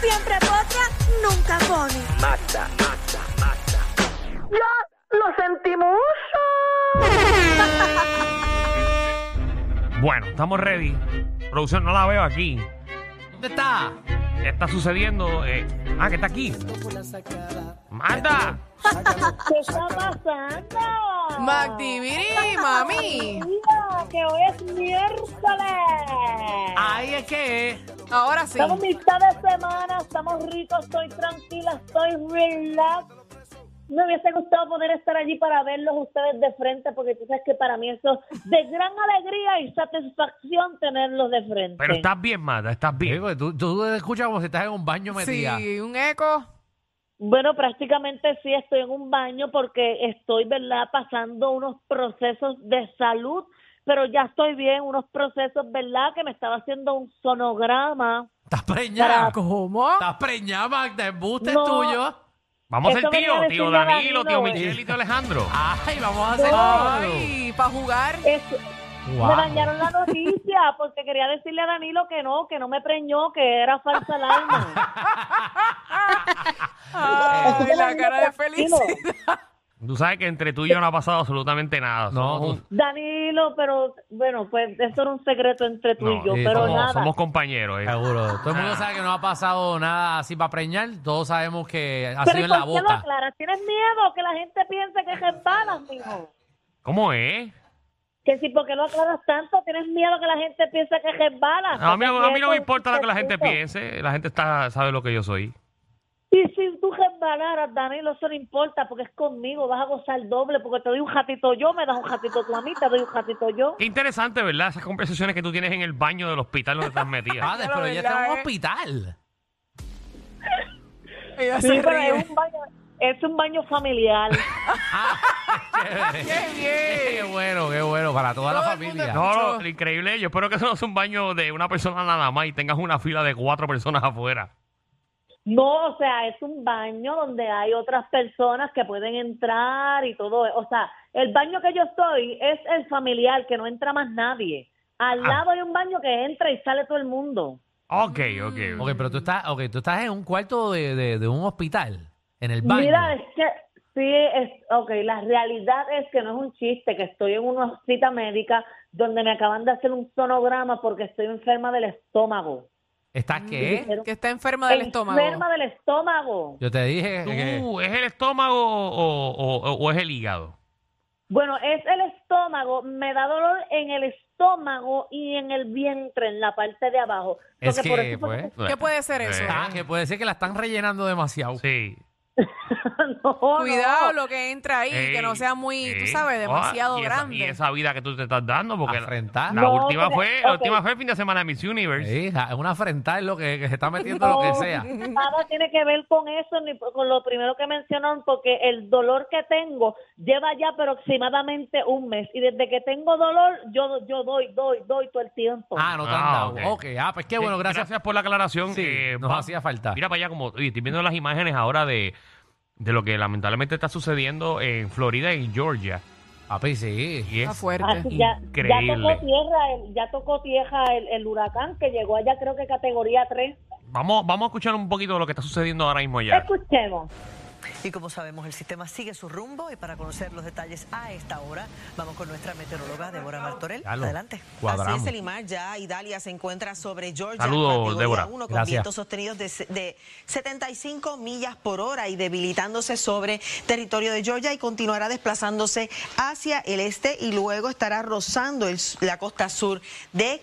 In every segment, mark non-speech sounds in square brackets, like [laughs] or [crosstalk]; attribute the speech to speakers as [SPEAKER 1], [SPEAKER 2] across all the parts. [SPEAKER 1] Siempre potra, nunca pone.
[SPEAKER 2] ¡Lo sentimos!
[SPEAKER 3] Bueno, estamos ready. Producción no la veo aquí.
[SPEAKER 4] ¿Dónde está?
[SPEAKER 3] ¿Qué está sucediendo? Eh, ah, que está aquí. ¡Marta!
[SPEAKER 2] ¿Qué está pasando?
[SPEAKER 5] Magdiviri, mami.
[SPEAKER 2] Mira, que hoy es miércoles.
[SPEAKER 4] Ahí es que es.
[SPEAKER 5] Ahora sí.
[SPEAKER 2] Estamos mitad de semana, estamos ricos, estoy tranquila, estoy relax. Me hubiese gustado poder estar allí para verlos ustedes de frente, porque tú sabes que para mí eso es de gran alegría y satisfacción tenerlos de frente.
[SPEAKER 3] Pero estás bien, Marta, estás bien.
[SPEAKER 4] Digo, tú, tú te escuchas como si estás en un baño metida.
[SPEAKER 5] Sí, un eco.
[SPEAKER 2] Bueno, prácticamente sí estoy en un baño porque estoy, ¿verdad?, pasando unos procesos de salud, pero ya estoy bien, unos procesos, ¿verdad?, que me estaba haciendo un sonograma.
[SPEAKER 4] Estás preñada.
[SPEAKER 5] ¿Cómo?
[SPEAKER 4] Estás preñada, Magda. Embuste
[SPEAKER 2] No.
[SPEAKER 4] Ah, es tuyo.
[SPEAKER 3] Vamos a
[SPEAKER 2] Eso
[SPEAKER 3] ser
[SPEAKER 2] venía a
[SPEAKER 3] tío, tío
[SPEAKER 2] decirle a
[SPEAKER 3] Danilo, tío
[SPEAKER 2] Danilo, eh.
[SPEAKER 3] Michelle y tío Alejandro.
[SPEAKER 4] Ay, vamos a hacer algo.
[SPEAKER 5] Ay, para jugar.
[SPEAKER 2] Eso-
[SPEAKER 4] Wow.
[SPEAKER 2] Me dañaron la noticia porque quería decirle a Danilo que no, que no me preñó, que era
[SPEAKER 3] [laughs]
[SPEAKER 2] falsa alarma. Ah,
[SPEAKER 5] Ay, la cara de
[SPEAKER 2] Tranquilo.
[SPEAKER 5] felicidad.
[SPEAKER 3] Tú sabes que entre tú y yo no ha pasado absolutamente nada.
[SPEAKER 4] No,
[SPEAKER 3] Somos,
[SPEAKER 4] tú-
[SPEAKER 2] Danilo, pero bueno, pues eso era un secreto entre tú
[SPEAKER 3] No,
[SPEAKER 2] y yo,
[SPEAKER 4] sí,
[SPEAKER 2] pero
[SPEAKER 4] somos-
[SPEAKER 2] nada.
[SPEAKER 3] somos compañeros. eh.
[SPEAKER 4] Seguro. Todo el mundo sabe que no ha pasado nada así para preñar. Todos sabemos que ha
[SPEAKER 2] pero
[SPEAKER 4] sido
[SPEAKER 2] ¿y
[SPEAKER 4] en
[SPEAKER 2] por
[SPEAKER 4] la
[SPEAKER 2] qué lo
[SPEAKER 4] boca.
[SPEAKER 2] aclaras? ¿Tienes miedo que la gente piense que es embalas, mijo?
[SPEAKER 3] ¿Cómo es?
[SPEAKER 2] Que si, ¿por qué lo aclaras tanto? ¿Tienes miedo que la gente piense que resbalas?
[SPEAKER 3] A mí, a mí no me importa lo que la gente piense. La gente está sabe lo que yo soy.
[SPEAKER 2] Y si tú resbalaras, Danilo, eso no importa porque es conmigo, vas a gozar doble porque te doy un jatito yo, me das un jatito tú a mí, te doy un jatito yo.
[SPEAKER 3] Qué interesante, ¿verdad? Esas conversaciones que tú tienes en el baño del hospital donde estás metida.
[SPEAKER 4] Madre,
[SPEAKER 5] Ya lo
[SPEAKER 4] Ah, pero ya
[SPEAKER 5] verdad,
[SPEAKER 4] está en un
[SPEAKER 5] eh.
[SPEAKER 4] hospital.
[SPEAKER 5] [laughs] Ella
[SPEAKER 2] Sí,
[SPEAKER 5] se
[SPEAKER 2] pero
[SPEAKER 5] ríe.
[SPEAKER 2] es un baño, es un baño familiar.
[SPEAKER 5] Qué
[SPEAKER 4] Qué
[SPEAKER 5] bien.
[SPEAKER 4] bueno, qué bueno. Para toda la
[SPEAKER 5] Todo el mundo
[SPEAKER 4] familia.
[SPEAKER 3] No, lo, lo increíble, yo espero que eso no sea un baño de una persona nada más y tengas una fila de cuatro personas afuera.
[SPEAKER 2] No, o sea, es un baño donde hay otras personas que pueden entrar y todo. O sea, el baño que yo estoy es el familiar, que no entra más nadie. Al
[SPEAKER 3] Ah.
[SPEAKER 2] lado hay un baño que entra y sale todo el mundo.
[SPEAKER 3] Ok, ok. ok.
[SPEAKER 4] Ok, pero tú estás, okay, tú estás en un cuarto de, de- de un hospital. En el baño.
[SPEAKER 2] Mira, es que sí, es, ok, la realidad es que no es un chiste, que estoy en una cita médica donde me acaban de hacer un sonograma porque estoy enferma del estómago.
[SPEAKER 4] ¿Estás qué?
[SPEAKER 5] Que está enferma del
[SPEAKER 2] Enferma
[SPEAKER 5] estómago.
[SPEAKER 2] del estómago.
[SPEAKER 4] Yo te dije que...
[SPEAKER 3] Tú, ¿Es el estómago o, o- o- o es el hígado?
[SPEAKER 2] Bueno, es el estómago, me da dolor en el estómago y en el vientre, en la parte de abajo.
[SPEAKER 4] Es
[SPEAKER 2] Porque
[SPEAKER 4] que,
[SPEAKER 2] por eso fue
[SPEAKER 4] pues,
[SPEAKER 5] ¿Qué puede ser eso?
[SPEAKER 3] Eh.
[SPEAKER 4] Ah, que puede ser que la están rellenando demasiado.
[SPEAKER 3] Sí.
[SPEAKER 2] [laughs] No, no.
[SPEAKER 5] Cuidado lo que entra ahí,
[SPEAKER 3] Ey,
[SPEAKER 5] que no sea muy, tú
[SPEAKER 3] ey.
[SPEAKER 5] sabes,
[SPEAKER 3] Ah,
[SPEAKER 5] demasiado
[SPEAKER 3] y esa-
[SPEAKER 5] grande.
[SPEAKER 3] Y esa vida que tú te estás dando, porque la,
[SPEAKER 4] Afrentar.
[SPEAKER 3] la
[SPEAKER 2] No,
[SPEAKER 3] última
[SPEAKER 2] pero-
[SPEAKER 3] fue, la
[SPEAKER 2] ok.
[SPEAKER 3] última fue el fin de semana de Miss Universe.
[SPEAKER 4] Sí, ja- es una afrentar lo que, que se está metiendo
[SPEAKER 2] [laughs] No,
[SPEAKER 4] lo que sea.
[SPEAKER 2] Nada tiene que ver con eso ni con lo primero que mencionaron, porque el dolor que tengo lleva ya aproximadamente un mes. Y desde que tengo dolor, yo, yo doy, doy, doy todo el tiempo.
[SPEAKER 4] Ah, no te han
[SPEAKER 3] Ah,
[SPEAKER 4] dado.
[SPEAKER 3] ok.
[SPEAKER 4] ok, ah, pues qué bueno,
[SPEAKER 3] Eh,
[SPEAKER 4] gracias.
[SPEAKER 3] Gracias por la aclaración.
[SPEAKER 4] Sí,
[SPEAKER 3] eh,
[SPEAKER 4] nos
[SPEAKER 3] va-
[SPEAKER 4] hacía falta.
[SPEAKER 3] Mira para allá, como oye, estoy viendo las imágenes ahora de, de lo que lamentablemente está sucediendo en Florida y en Georgia.
[SPEAKER 4] Papi, Ah, pues sí.
[SPEAKER 3] Y
[SPEAKER 5] Está
[SPEAKER 3] es
[SPEAKER 5] fuerte.
[SPEAKER 2] Así Ah, ya, ya
[SPEAKER 3] increíble.
[SPEAKER 2] tocó tierra, el, ya tocó tierra el, el huracán que llegó allá, creo que categoría 3.
[SPEAKER 5] pues.
[SPEAKER 3] Vamos, vamos a escuchar un poquito de lo que está sucediendo ahora mismo allá.
[SPEAKER 2] Escuchemos.
[SPEAKER 6] Y como sabemos, el sistema sigue su rumbo y para conocer los detalles a esta hora, vamos con nuestra meteoróloga Débora Martorell.
[SPEAKER 4] Ya lo
[SPEAKER 6] Adelante.
[SPEAKER 4] Cuadramos.
[SPEAKER 7] Así es, el IMAR ya Idalia se encuentra sobre Georgia.
[SPEAKER 3] Saludos,
[SPEAKER 7] categoría
[SPEAKER 3] Débora.
[SPEAKER 7] uno, con
[SPEAKER 4] Gracias.
[SPEAKER 7] vientos sostenidos de, se- de 75 millas por hora y debilitándose sobre territorio de Georgia y continuará desplazándose hacia el este y luego estará rozando el s- la costa sur de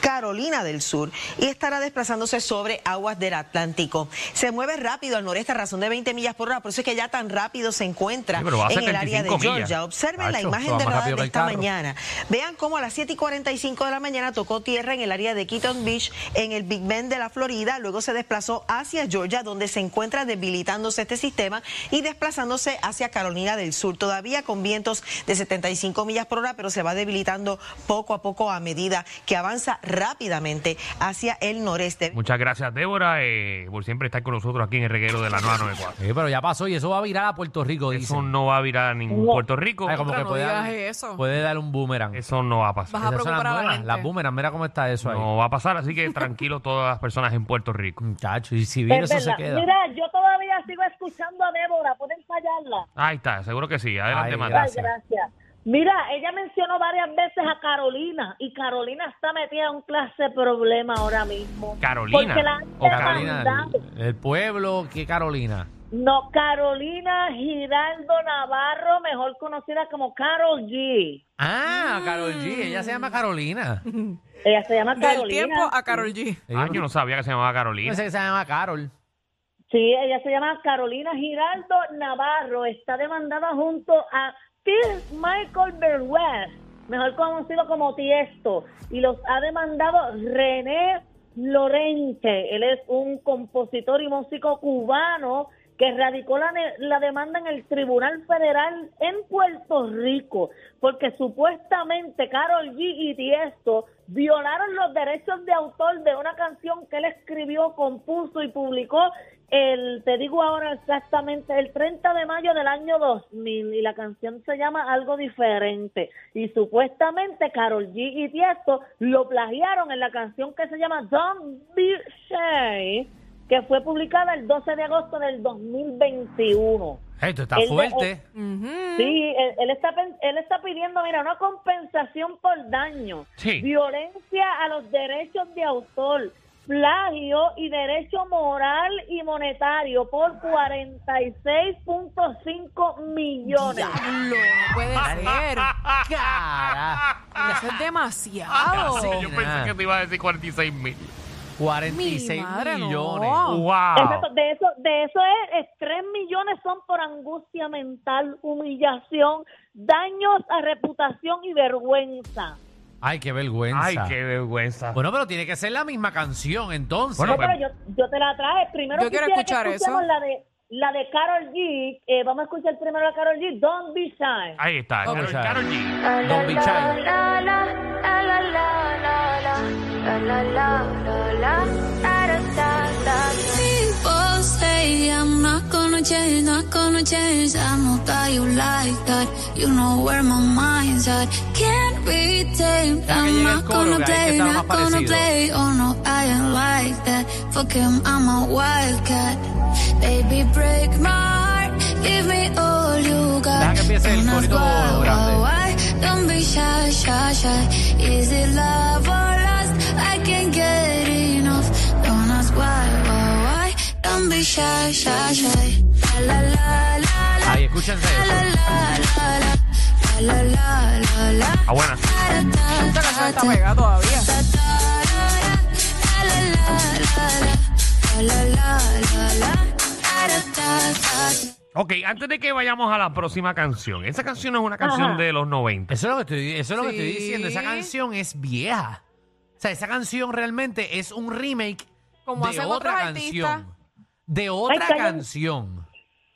[SPEAKER 7] Carolina del Sur y estará desplazándose sobre aguas del Atlántico. Se mueve rápido al noreste a razón de 20 millas por hora, por eso es que ya tan rápido se encuentra
[SPEAKER 3] Sí, pero va a
[SPEAKER 7] en el área de
[SPEAKER 3] 75 millas.
[SPEAKER 7] Georgia. Observen la
[SPEAKER 4] Tacho,
[SPEAKER 7] imagen
[SPEAKER 4] va más
[SPEAKER 7] de radar
[SPEAKER 4] rápido que
[SPEAKER 7] de
[SPEAKER 4] el
[SPEAKER 7] esta
[SPEAKER 4] carro.
[SPEAKER 7] mañana. Vean cómo a las 7 y 45 de la mañana tocó tierra en el área de Keaton Beach, en el Big Bend de la Florida, luego se desplazó hacia Georgia, donde se encuentra debilitándose este sistema y desplazándose hacia Carolina del Sur, todavía con vientos de 75 millas por hora, pero se va debilitando poco a poco a medida que avanza rápidamente hacia el noreste.
[SPEAKER 3] Muchas gracias, Débora, eh, por siempre estar con nosotros aquí en el reguero de la 994.
[SPEAKER 4] Sí, pero ya pasó y eso va a virar a Puerto Rico,
[SPEAKER 3] Eso
[SPEAKER 4] dicen.
[SPEAKER 3] no va a virar a ningún
[SPEAKER 2] No.
[SPEAKER 3] Puerto Rico.
[SPEAKER 4] Ay, como que
[SPEAKER 5] no
[SPEAKER 4] puede,
[SPEAKER 5] digas
[SPEAKER 4] dar,
[SPEAKER 5] eso.
[SPEAKER 4] puede dar un boomerang.
[SPEAKER 3] Eso no va a pasar.
[SPEAKER 5] Vas a
[SPEAKER 4] Esas son las
[SPEAKER 5] preocupar a la
[SPEAKER 4] nuevas,
[SPEAKER 5] gente.
[SPEAKER 4] Las boomerang, mira cómo está eso ahí.
[SPEAKER 3] No va a pasar, así
[SPEAKER 5] [laughs]
[SPEAKER 3] que tranquilo todas las personas en Puerto Rico.
[SPEAKER 4] Muchacho, y si
[SPEAKER 2] Es
[SPEAKER 4] viene eso se
[SPEAKER 2] verdad.
[SPEAKER 4] queda.
[SPEAKER 2] Mira, yo todavía sigo escuchando a Débora, pueden fallarla.
[SPEAKER 3] Ahí está, seguro que sí. Adelante,
[SPEAKER 4] Ay,
[SPEAKER 3] Magda.
[SPEAKER 2] Ay,
[SPEAKER 4] Gracias.
[SPEAKER 2] gracias. Mira, ella mencionó varias veces a Carolina y Carolina está metida en un clase de problema ahora mismo.
[SPEAKER 3] Carolina,
[SPEAKER 2] Porque la han
[SPEAKER 3] o
[SPEAKER 4] Carolina,
[SPEAKER 2] demandado.
[SPEAKER 4] el, el pueblo, que Carolina.
[SPEAKER 2] No, Carolina Giraldo Navarro, mejor conocida como Carol G.
[SPEAKER 4] Ah,
[SPEAKER 2] Mm.
[SPEAKER 4] Carol G, ella se llama Carolina. Yo
[SPEAKER 2] Ella se llama
[SPEAKER 5] Del
[SPEAKER 2] Carolina.
[SPEAKER 5] tiempo a Carol G.
[SPEAKER 3] Ah, yo no sabía que se llamaba Carolina.
[SPEAKER 4] pensé que se llama Carol.
[SPEAKER 2] Sí, ella se llama Carolina Giraldo Navarro. Está demandada junto a Phil Michael Berwest, mejor conocido como Tiesto, y los ha demandado René Lorente. Él es un compositor y músico cubano que radicó la, ne- la demanda en el Tribunal Federal en Puerto Rico, porque supuestamente Carol G y Tiesto violaron los derechos de autor de una canción que él escribió, compuso y publicó el, te digo ahora exactamente, el 30 de mayo del año 2000 y la canción se llama Algo Diferente y supuestamente Carol G y Tiesto lo plagiaron en la canción que se llama Don't Be Shy que fue publicada el 12 de agosto del 2021.
[SPEAKER 4] Esto está
[SPEAKER 2] El de-
[SPEAKER 4] fuerte.
[SPEAKER 5] Ujú.
[SPEAKER 2] Sí, él, él está, pen- él está pidiendo, mira, una compensación por daño,
[SPEAKER 3] Sí.
[SPEAKER 2] violencia a los derechos de autor, plagio y derecho moral y monetario por 46.5 millones.
[SPEAKER 5] Diablo, no puede
[SPEAKER 3] Ah,
[SPEAKER 5] ser.
[SPEAKER 4] Cara.
[SPEAKER 5] Eso es
[SPEAKER 3] [laughs]
[SPEAKER 5] demasiado.
[SPEAKER 3] Ah, Sí, yo pensé
[SPEAKER 4] Nada.
[SPEAKER 3] que te iba a decir 46 mil.
[SPEAKER 4] 46
[SPEAKER 5] Mi madre, no.
[SPEAKER 4] millones.
[SPEAKER 3] ¡Wow!
[SPEAKER 2] Exacto, de eso, de eso es, es 3 millones son por angustia mental, humillación, daños a reputación y vergüenza.
[SPEAKER 4] Ay, qué vergüenza.
[SPEAKER 3] Ay, qué vergüenza.
[SPEAKER 4] Bueno, pero tiene que ser la misma canción entonces.
[SPEAKER 3] Ah. Bueno,
[SPEAKER 2] No, pero yo, yo te la traje. Primero
[SPEAKER 5] Yo quiero
[SPEAKER 2] quisiera
[SPEAKER 5] escuchar
[SPEAKER 2] que
[SPEAKER 5] eso.
[SPEAKER 2] escuchemos La de, la de Carol G. Eh, vamos a escuchar primero la Carol G. Don't be shy.
[SPEAKER 3] Ahí está,
[SPEAKER 4] Vamos
[SPEAKER 3] Carol,
[SPEAKER 4] a ver.
[SPEAKER 3] Carol G.
[SPEAKER 4] Don Bichai.
[SPEAKER 8] People say I'm not gonna change, not gonna change. I know that you like that. You know where my mind's at. Can't be tamed.
[SPEAKER 4] Ya que
[SPEAKER 8] I'm
[SPEAKER 4] llega el
[SPEAKER 8] not
[SPEAKER 4] coro,
[SPEAKER 8] gonna
[SPEAKER 4] que
[SPEAKER 8] play,
[SPEAKER 4] ahí es que está lo
[SPEAKER 8] not
[SPEAKER 4] más
[SPEAKER 8] gonna
[SPEAKER 4] parecido.
[SPEAKER 8] play. Oh no, I ain't like that. Fuck him, I'm a wildcat. Baby, break my heart. Give me all you got.
[SPEAKER 4] Deja que empiece el
[SPEAKER 8] Don't ask
[SPEAKER 4] corito
[SPEAKER 8] why, why,
[SPEAKER 4] grande.
[SPEAKER 8] why. Don't be shy, shy, shy. Is it love or lust? I can't get enough. Don't ask why, why, why. Don't be shy, shy, shy. La la la la la.
[SPEAKER 4] Ay, escúchense
[SPEAKER 8] La
[SPEAKER 4] eso.
[SPEAKER 8] la la la. La la la la.
[SPEAKER 3] Ah, buena.
[SPEAKER 8] Ta,
[SPEAKER 5] Esta
[SPEAKER 8] ta,
[SPEAKER 5] canción
[SPEAKER 8] ta,
[SPEAKER 5] está
[SPEAKER 8] ta.
[SPEAKER 5] pegada todavía.
[SPEAKER 8] La, la, la, la, la, la, la, la, la, la, la.
[SPEAKER 3] Ok, antes de que vayamos a la próxima canción. Esa canción es una canción
[SPEAKER 2] Ajá.
[SPEAKER 3] de los 90.
[SPEAKER 4] Eso es lo que estoy, eso es lo que estoy
[SPEAKER 5] Sí.
[SPEAKER 4] diciendo. Esa canción es vieja. O sea, esa canción realmente es un remake
[SPEAKER 5] Como
[SPEAKER 4] de
[SPEAKER 5] hacen
[SPEAKER 4] otra
[SPEAKER 5] otros
[SPEAKER 4] canción.
[SPEAKER 5] artistas.
[SPEAKER 4] De otra
[SPEAKER 2] Ay, cállate.
[SPEAKER 4] canción.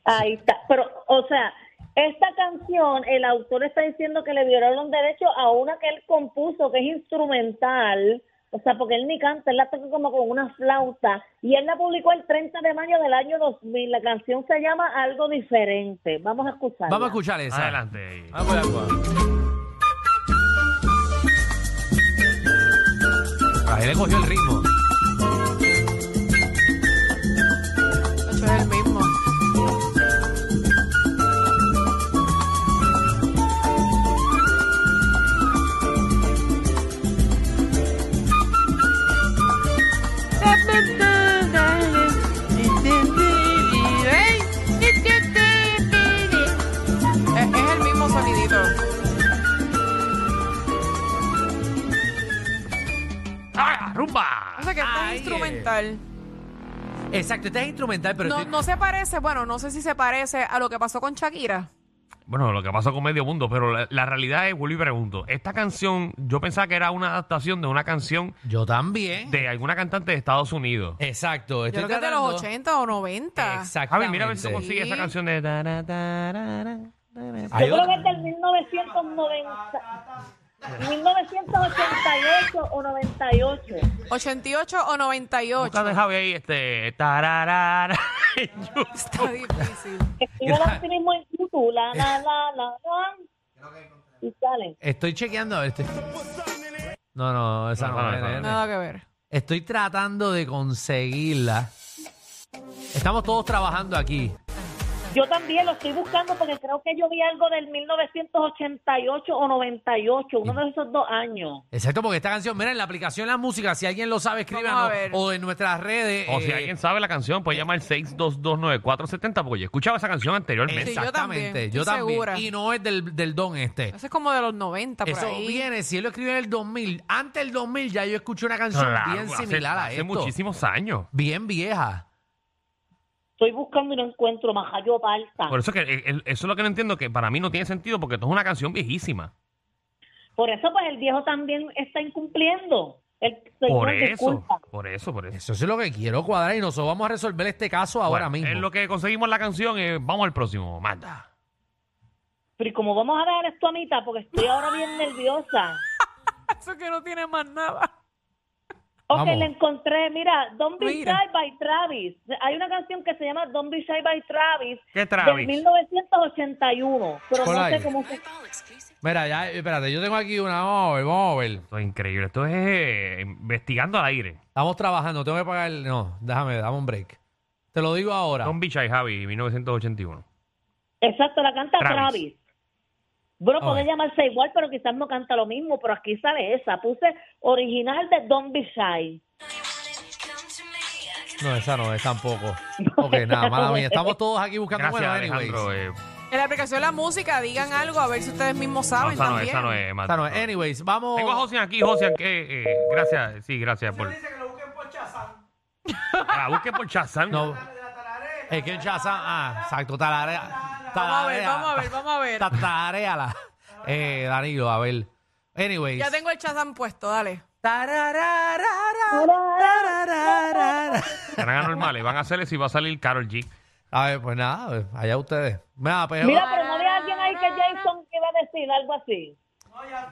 [SPEAKER 2] Ahí está. Pero, o sea, esta canción, el autor está diciendo que le violaron derecho a una que él compuso, que es instrumental. O sea, porque él ni canta, él la toca como con una flauta. Y él la publicó el 30 de mayo del año 2000. La canción se llama Algo Diferente. Vamos a escucharla.
[SPEAKER 4] Vamos a escuchar esa.
[SPEAKER 3] Adelante.
[SPEAKER 4] Vamos a escuchar. Ahí le cogió el ritmo.
[SPEAKER 5] Eso es el mismo. Es, es el mismo sonidito.
[SPEAKER 3] ¡Ah!
[SPEAKER 5] este instrumental.
[SPEAKER 4] Exacto, este es instrumental, pero
[SPEAKER 5] No,
[SPEAKER 4] estoy-
[SPEAKER 5] no se parece, bueno, no sé si se parece a lo que pasó con Shakira.
[SPEAKER 3] Bueno, lo que pasó con Medio Mundo, pero la, la realidad es, vuelvo y pregunto, esta canción, yo pensaba que era una adaptación de una canción
[SPEAKER 4] yo también.
[SPEAKER 3] de alguna cantante de Estados Unidos.
[SPEAKER 4] Exacto,
[SPEAKER 5] Yo
[SPEAKER 4] estoy
[SPEAKER 5] creo que es de
[SPEAKER 4] tratando-
[SPEAKER 5] los 80 o 90.
[SPEAKER 3] A
[SPEAKER 4] Exactamente.
[SPEAKER 3] ver, mira a ver si tú consigues
[SPEAKER 5] Sí.
[SPEAKER 3] esa canción de... da, da, da, da, da, da.
[SPEAKER 4] Hay
[SPEAKER 2] Yo creo
[SPEAKER 4] otra.
[SPEAKER 2] que es del 1990. 1988 o 98.
[SPEAKER 5] 88 o
[SPEAKER 3] Nunca
[SPEAKER 5] 98.
[SPEAKER 3] dejaba ahí este... tararara. [laughs]
[SPEAKER 5] Está difícil.
[SPEAKER 2] Escriben así mismo en YouTube. La, la, la, la, la. Y salen.
[SPEAKER 4] Estoy chequeando, a ver, estoy- No, no, esa no,
[SPEAKER 3] No, no,
[SPEAKER 4] nene,
[SPEAKER 3] no,
[SPEAKER 4] nene.
[SPEAKER 5] Nada que ver.
[SPEAKER 4] Estoy tratando de conseguirla. Estamos todos trabajando aquí.
[SPEAKER 2] Yo también lo estoy buscando porque creo que yo vi algo del 1988 o 98, uno de esos dos años.
[SPEAKER 4] Exacto, porque esta canción, mira, en la aplicación La Música, si alguien lo sabe,
[SPEAKER 5] Vamos
[SPEAKER 4] escríbanos.
[SPEAKER 5] a ver.
[SPEAKER 4] O en nuestras redes.
[SPEAKER 3] O si
[SPEAKER 4] eh,
[SPEAKER 3] alguien sabe la canción, puede llamar al 6229470 porque yo escuchaba esa canción anteriormente.
[SPEAKER 5] Sí, yo también,
[SPEAKER 4] este, Exactamente,
[SPEAKER 5] estoy
[SPEAKER 4] yo también.
[SPEAKER 5] segura.
[SPEAKER 4] Y no es del, del don este.
[SPEAKER 5] Eso es como de los 90 por
[SPEAKER 4] Eso
[SPEAKER 5] ahí.
[SPEAKER 4] viene, si él lo escribió en el 2000, antes del 2000 ya yo escuché una canción
[SPEAKER 3] Claro,
[SPEAKER 4] bien
[SPEAKER 3] hace-
[SPEAKER 4] similar a
[SPEAKER 3] hace
[SPEAKER 4] esto.
[SPEAKER 3] muchísimos años.
[SPEAKER 4] Bien vieja.
[SPEAKER 2] Estoy buscando y no encuentro Majayo Balsa.
[SPEAKER 3] Por
[SPEAKER 2] Por,
[SPEAKER 3] eso que eh, el- eso es lo que no entiendo, que para mí no tiene sentido porque esto es una canción viejísima.
[SPEAKER 2] eso, pues el viejo también está incumpliendo. El señor
[SPEAKER 3] Por eso,
[SPEAKER 2] disculpa.
[SPEAKER 3] por eso, por eso.
[SPEAKER 4] Eso es lo que quiero cuadrar y nosotros vamos a resolver este caso ahora
[SPEAKER 3] Bueno,
[SPEAKER 4] mismo.
[SPEAKER 3] En lo que conseguimos la canción, eh, vamos al próximo. Manda.
[SPEAKER 2] Pero y como vamos a dejar esto a mitad, porque estoy ahora bien nerviosa.
[SPEAKER 5] Eso que no tiene más nada.
[SPEAKER 2] Ok,
[SPEAKER 4] Vamos.
[SPEAKER 2] la encontré. Mira, Don't Be
[SPEAKER 5] Mira.
[SPEAKER 2] Shy by Travis. Hay una canción que se llama Don't Be Shy by Travis.
[SPEAKER 3] ¿Qué
[SPEAKER 2] De
[SPEAKER 3] Travis?
[SPEAKER 2] 1981. Pero
[SPEAKER 4] Por
[SPEAKER 2] no
[SPEAKER 4] ahí.
[SPEAKER 2] sé cómo se...
[SPEAKER 4] Mira, ya, espérate, yo tengo aquí una, vamos a ver, vamos a ver.
[SPEAKER 3] Esto es increíble. Esto es eh, investigando al aire.
[SPEAKER 4] Estamos trabajando, tengo que pagar. el- No, déjame, dame un break. Te lo digo ahora.
[SPEAKER 3] Don Bicha y Javi, 1981.
[SPEAKER 2] Exacto, la canta
[SPEAKER 3] Travis.
[SPEAKER 2] Travis. Bueno,
[SPEAKER 4] Ok.
[SPEAKER 2] puede llamarse igual, pero quizás no canta lo mismo, pero aquí sale esa. Puse original de Don't Be Shy.
[SPEAKER 4] No, esa no es tampoco. Ok, nada, mala mía. Estamos todos aquí buscando.
[SPEAKER 3] Gracias,
[SPEAKER 4] bueno, anyways.
[SPEAKER 3] Alejandro. eh,
[SPEAKER 5] En la aplicación La Música, digan algo, a ver si ustedes mismos
[SPEAKER 3] no,
[SPEAKER 5] saben
[SPEAKER 3] esa no,
[SPEAKER 5] también.
[SPEAKER 3] esa no es, Mata.
[SPEAKER 4] Esta no es. Anyways, vamos.
[SPEAKER 3] Tengo a Josian aquí, Josian, que eh, gracias, sí, gracias por. [laughs] Ah, busquen por Chazán.
[SPEAKER 4] No. Es que el Chazán. Ah, exacto, tararea.
[SPEAKER 5] Vamos a ver, vamos a ver, vamos a ver.
[SPEAKER 4] Tarareala. Eh, Danilo, a ver. Anyways.
[SPEAKER 5] Ya tengo el Shazam puesto, dale.
[SPEAKER 4] Tarararara, tarararara.
[SPEAKER 3] Serán anormales. Van a hacerle si va a salir Carol G.
[SPEAKER 4] A ver, pues nada, pues, allá ustedes. Mira, pues,
[SPEAKER 2] Mira, pero no había alguien ahí que Jason que iba a decir algo así.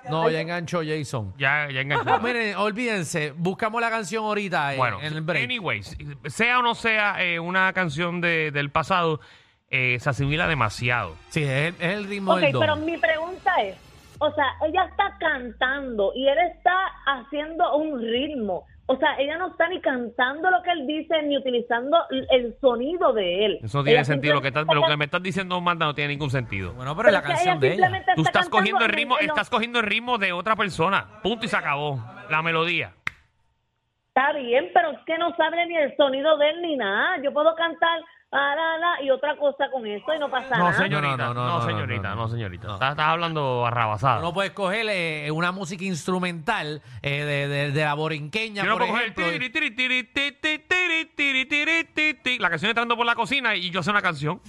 [SPEAKER 4] no, ya enganchó Jason.
[SPEAKER 3] Ya, ya
[SPEAKER 4] Ah, [laughs]
[SPEAKER 3] enganchó.
[SPEAKER 4] Miren, olvídense, buscamos la canción ahorita en,
[SPEAKER 3] Bueno,
[SPEAKER 4] en el break.
[SPEAKER 3] anyways, sea o no sea eh, una canción de- del pasado, eh, se asimila demasiado.
[SPEAKER 4] Sí, es, el- es el ritmo
[SPEAKER 2] Ok,
[SPEAKER 4] del don.
[SPEAKER 2] pero mi pregunta es, o sea, ella está cantando y él está haciendo un ritmo. O sea, ella no está ni cantando lo que él dice ni utilizando el sonido de él.
[SPEAKER 3] Eso no tiene
[SPEAKER 2] Ella
[SPEAKER 3] sentido. Lo que, estás- lo
[SPEAKER 2] simplemente
[SPEAKER 3] que me estás diciendo, Manda, no tiene ningún sentido.
[SPEAKER 4] Bueno, pero es la
[SPEAKER 2] Pero es que
[SPEAKER 4] canción
[SPEAKER 2] ella
[SPEAKER 4] de ella.
[SPEAKER 2] simplemente
[SPEAKER 3] Tú
[SPEAKER 2] está
[SPEAKER 3] estás cogiendo el
[SPEAKER 2] cantando eh,
[SPEAKER 3] ritmo,
[SPEAKER 2] en el-
[SPEAKER 3] estás cogiendo el ritmo de otra persona. Punto y se acabó. La melodía.
[SPEAKER 2] Está bien, pero es que no sabe ni el sonido de él ni nada. Yo puedo cantar ah, la, la, y otra cosa con esto y no pasa
[SPEAKER 3] No,
[SPEAKER 2] nada.
[SPEAKER 3] señorita. No,
[SPEAKER 4] No, no, no, no, no,
[SPEAKER 3] señorita.
[SPEAKER 4] no,
[SPEAKER 3] No,
[SPEAKER 4] no.
[SPEAKER 3] señorita.
[SPEAKER 4] No.
[SPEAKER 3] Estás, estás hablando arrabasada.
[SPEAKER 4] Tú no puedes coger eh, una música instrumental eh, de, de- de la borinqueña,
[SPEAKER 3] Yo no
[SPEAKER 4] por
[SPEAKER 3] puedo coger
[SPEAKER 4] ejemplo.
[SPEAKER 3] tiri, tiri, tiri, ti, ti, tiri, tiri, tiri, ti, ti, la canción entrando por la cocina y yo sé una canción.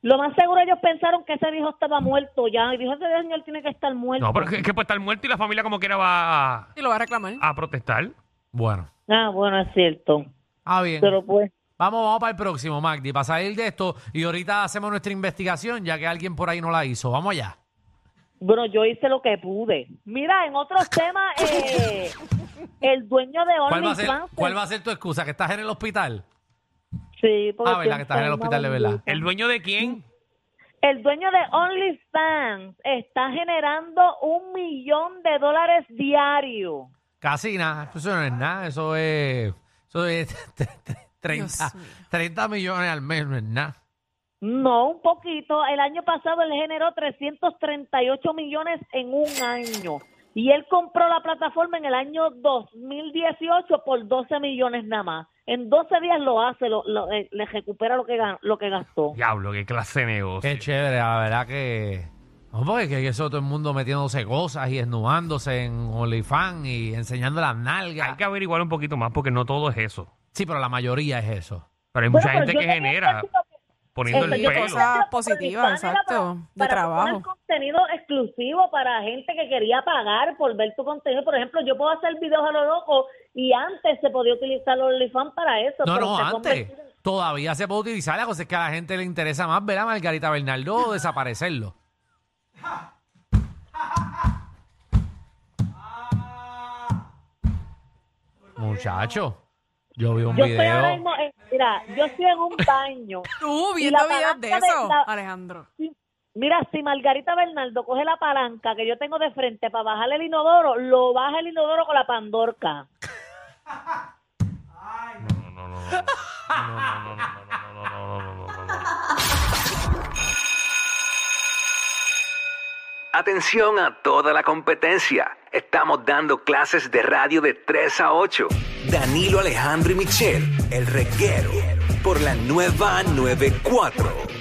[SPEAKER 2] Lo más seguro ellos pensaron que ese viejo estaba muerto ya. Y dijo, ese señor tiene que estar muerto.
[SPEAKER 3] No, pero es que, es que puede estar muerto y la familia como quiera va a,
[SPEAKER 5] Y lo va a reclamar.
[SPEAKER 3] a protestar.
[SPEAKER 4] Bueno,
[SPEAKER 2] Ah, bueno, es cierto.
[SPEAKER 4] ah, bien.
[SPEAKER 2] Pero pues,
[SPEAKER 4] Vamos, vamos para el próximo, Magdi, para salir de esto. Y ahorita hacemos nuestra investigación, ya que alguien por ahí no la hizo. Vamos allá.
[SPEAKER 2] bueno, yo hice lo que pude. Mira, en
[SPEAKER 4] [laughs]
[SPEAKER 2] otros temas, eh, el dueño de
[SPEAKER 4] ¿Cuál va, a ser,
[SPEAKER 2] OnlyFans...
[SPEAKER 4] ¿Cuál va a ser tu excusa? ¿Que estás en el hospital?
[SPEAKER 2] Sí, porque
[SPEAKER 4] Ah, verdad, que estás en el
[SPEAKER 2] estoy
[SPEAKER 4] hospital de
[SPEAKER 2] enferma,
[SPEAKER 4] verdad.
[SPEAKER 3] ¿El dueño de quién?
[SPEAKER 2] El dueño de OnlyFans está generando un millón de dólares diario.
[SPEAKER 4] Casi nada. Eso no es nada. Eso es. Eso es [laughs] 30,
[SPEAKER 5] Dios mío.
[SPEAKER 4] 30 millones al mes, no es nada.
[SPEAKER 2] No, un poquito. El año pasado él generó 338 millones en un año. Y él compró la plataforma en el año 2018 por 12 millones nada más. En 12 días lo hace, lo- lo- eh, le recupera lo que, gan- lo que gastó.
[SPEAKER 3] Diablo, qué clase de negocio.
[SPEAKER 4] Qué chévere, la verdad que. No, porque que eso todo el mundo metiéndose cosas y desnudándose en OnlyFans y enseñando las nalgas.
[SPEAKER 3] Hay que averiguar un poquito más porque no todo es eso.
[SPEAKER 4] Sí, pero la mayoría es eso.
[SPEAKER 3] Pero hay
[SPEAKER 2] Bueno,
[SPEAKER 3] mucha
[SPEAKER 2] pero
[SPEAKER 3] gente
[SPEAKER 2] yo
[SPEAKER 3] que
[SPEAKER 2] también Este,
[SPEAKER 3] genera
[SPEAKER 2] pienso que-
[SPEAKER 3] poniendo
[SPEAKER 5] Eso
[SPEAKER 3] el
[SPEAKER 5] yo
[SPEAKER 3] pelo.
[SPEAKER 5] pensaba- Cosas
[SPEAKER 2] Pero
[SPEAKER 5] positivas,
[SPEAKER 2] OnlyFans era
[SPEAKER 5] exacto,
[SPEAKER 2] para-
[SPEAKER 5] de
[SPEAKER 2] para
[SPEAKER 5] trabajo.
[SPEAKER 2] personas contenido exclusivo para gente que quería pagar por ver tu contenido. Por ejemplo, yo puedo hacer videos a lo loco y antes se podía utilizar OnlyFans para eso.
[SPEAKER 4] No,
[SPEAKER 2] pero
[SPEAKER 4] no,
[SPEAKER 2] se ha
[SPEAKER 4] antes.
[SPEAKER 2] convertido en-
[SPEAKER 4] Todavía se puede utilizar, la cosa es que a la gente le interesa más ver a Margarita Bernardo
[SPEAKER 2] [laughs]
[SPEAKER 4] o desaparecerlo.
[SPEAKER 2] Ah.
[SPEAKER 4] Muchacho, yo vi un
[SPEAKER 2] Yo estoy ahora
[SPEAKER 4] video.
[SPEAKER 2] mismo, en- mira, yo estoy en un
[SPEAKER 3] [laughs]
[SPEAKER 2] baño.
[SPEAKER 5] Tú
[SPEAKER 2] Y
[SPEAKER 5] viendo
[SPEAKER 2] la
[SPEAKER 5] videos de
[SPEAKER 2] palanca de
[SPEAKER 5] eso,
[SPEAKER 2] la-
[SPEAKER 5] Alejandro.
[SPEAKER 2] Mira, si Margarita Bernardo coge la palanca que yo tengo de frente para bajar el inodoro, lo baja el inodoro con la pandorca.
[SPEAKER 3] No, no, no, no. No, no, no, no, no, no, no, no, no, no, no, no.
[SPEAKER 9] Atención a toda la competencia. Estamos dando clases de radio de 3 a 8. Danilo Alejandro y Michel, el reguero, por la nueva 94.